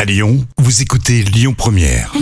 À Lyon, vous écoutez Lyon Première.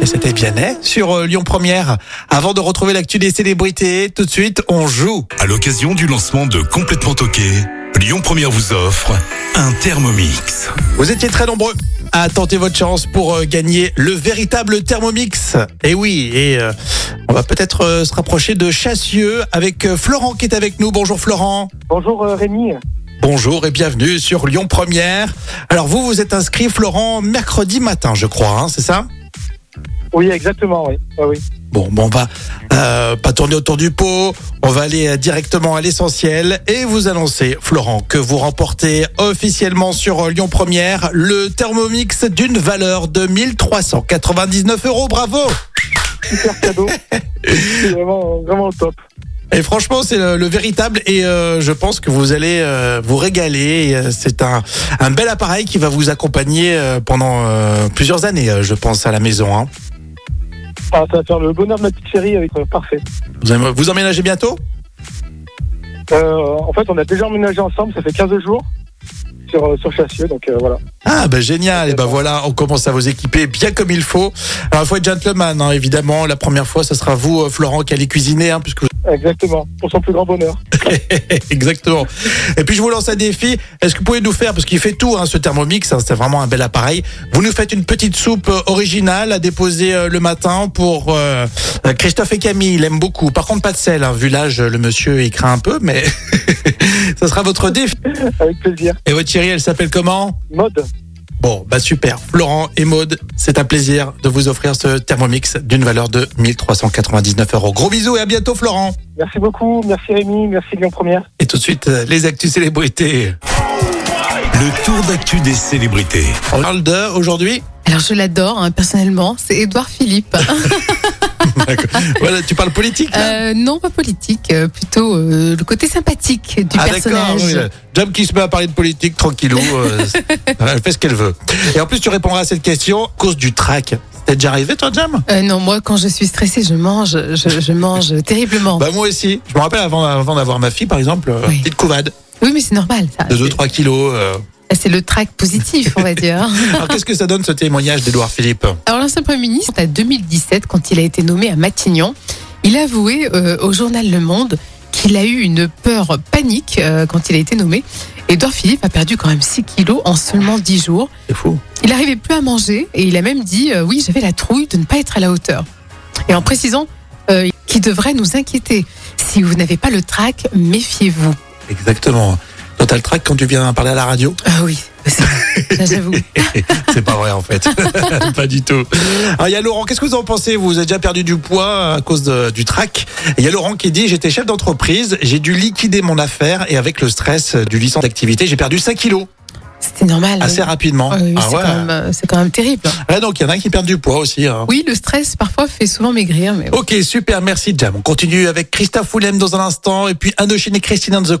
Et c'était Vianney sur euh, Lyon Première. Avant de retrouver l'actu des célébrités, tout de suite, on joue. À l'occasion du lancement de Complètement Toqué, Lyon Première vous offre un Thermomix. Vous étiez très nombreux à tenter votre chance pour euh, gagner le véritable Thermomix. Et oui, et euh, on va peut-être euh, se rapprocher de Chassieux avec euh, Florent qui est avec nous. Bonjour Florent. Bonjour euh, Rémi. Bonjour et bienvenue sur Lyon Première. Alors vous, vous êtes inscrit Florent mercredi matin, je crois, hein, c'est ça Oui, exactement, oui. Ah oui. Bon, bon, on va euh, pas tourner autour du pot, on va aller euh, directement à l'essentiel et vous annoncer, Florent, que vous remportez officiellement sur euh, Lyon Première le Thermomix d'une valeur de 1399 euros. Bravo Super cadeau. C'est vraiment, vraiment top. Et franchement, c'est le, le véritable et euh, je pense que vous allez euh, vous régaler. Et, euh, C'est un, un bel appareil qui va vous accompagner euh, pendant euh, plusieurs années, euh, je pense, à la maison. hein. Ah, ça va faire le bonheur de ma petite chérie avec euh, parfait. Vous, em- vous emménagez bientôt Euh, en fait, on a déjà emménagé ensemble, ça fait 15 jours sur, euh, sur Chassieux, donc euh, voilà. Ah ben génial, et ben voilà, on commence à vous équiper bien comme il faut. Alors il faut être gentleman, hein, évidemment, la première fois, ce sera vous, euh, Florent, qui allez cuisiner, hein, puisque... Exactement, pour son plus grand bonheur. Exactement. Et puis je vous lance un défi, est-ce que vous pouvez nous faire, parce qu'il fait tout, hein, ce Thermomix, hein, c'est vraiment un bel appareil, vous nous faites une petite soupe euh, originale à déposer euh, le matin pour euh, euh, Christophe et Camille, il aime beaucoup. Par contre, pas de sel, hein, vu l'âge, le monsieur, il craint un peu, mais ça sera votre défi. Avec plaisir. Et votre chérie, elle s'appelle comment Mode. Bon, bah super. Florent et Maude, c'est un plaisir de vous offrir ce Thermomix d'une valeur de 1399 euros. Gros bisous et à bientôt, Florent. Merci beaucoup, merci Rémi, merci Lyon Première. Et tout de suite, euh, les actus célébrités. Le tour d'actu des célébrités. On parle de aujourd'hui. Alors je l'adore hein, personnellement, c'est Édouard Philippe. D'accord. voilà, tu parles politique là Euh, non, pas politique, euh, plutôt euh, le côté sympathique du Ah d'accord, personnage. oui. Jam qui se met à parler de politique tranquillou, euh, elle fait ce qu'elle veut. Et en plus, tu répondras à cette question à cause du trac. T'es déjà arrivé toi, Jam Euh, non, moi quand je suis stressée, je mange, je, je mange terriblement. Bah moi aussi. Je me rappelle avant, avant d'avoir ma fille, par exemple, euh, Oui. petite couvade oui, mais c'est normal. Ça. de 2-3 kilos. euh. C'est le trac positif, on va dire. Alors qu'est-ce que ça donne ce témoignage d'Edouard Philippe Alors l'ancien Premier ministre, en 2017, quand il a été nommé à Matignon, il a avoué euh, au journal Le Monde qu'il a eu une peur panique euh, quand il a été nommé. Édouard Philippe a perdu quand même 6 kilos en seulement 10 jours. C'est fou. Il n'arrivait plus à manger et il a même dit euh, oui, j'avais la trouille de ne pas être à la hauteur. Et en précisant euh, qui devrait nous inquiéter. Si vous n'avez pas le trac, méfiez-vous. Exactement. Quand t'as le trac, quand tu viens parler à la radio, Ah oui, ça, là, j'avoue. c'est pas vrai en fait. pas du tout. Alors, il y a Laurent, qu'est-ce que vous en pensez Vous avez déjà perdu du poids à cause de- du trac. Et Il y a Laurent qui dit J'étais chef d'entreprise, j'ai dû liquider mon affaire et avec le stress du licence d'activité, j'ai perdu 5 kilos C'était normal. assez Ah oui. rapidement. Ah oui, Ah c'est ouais. quand même, euh, c'est quand même terrible. Ah, donc il y en a qui perdent du poids aussi. hein. Oui, le stress parfois fait souvent maigrir, mais Ok, super, merci Jam. On continue avec Christophe Willem dans un instant et puis Indochine et Christine and the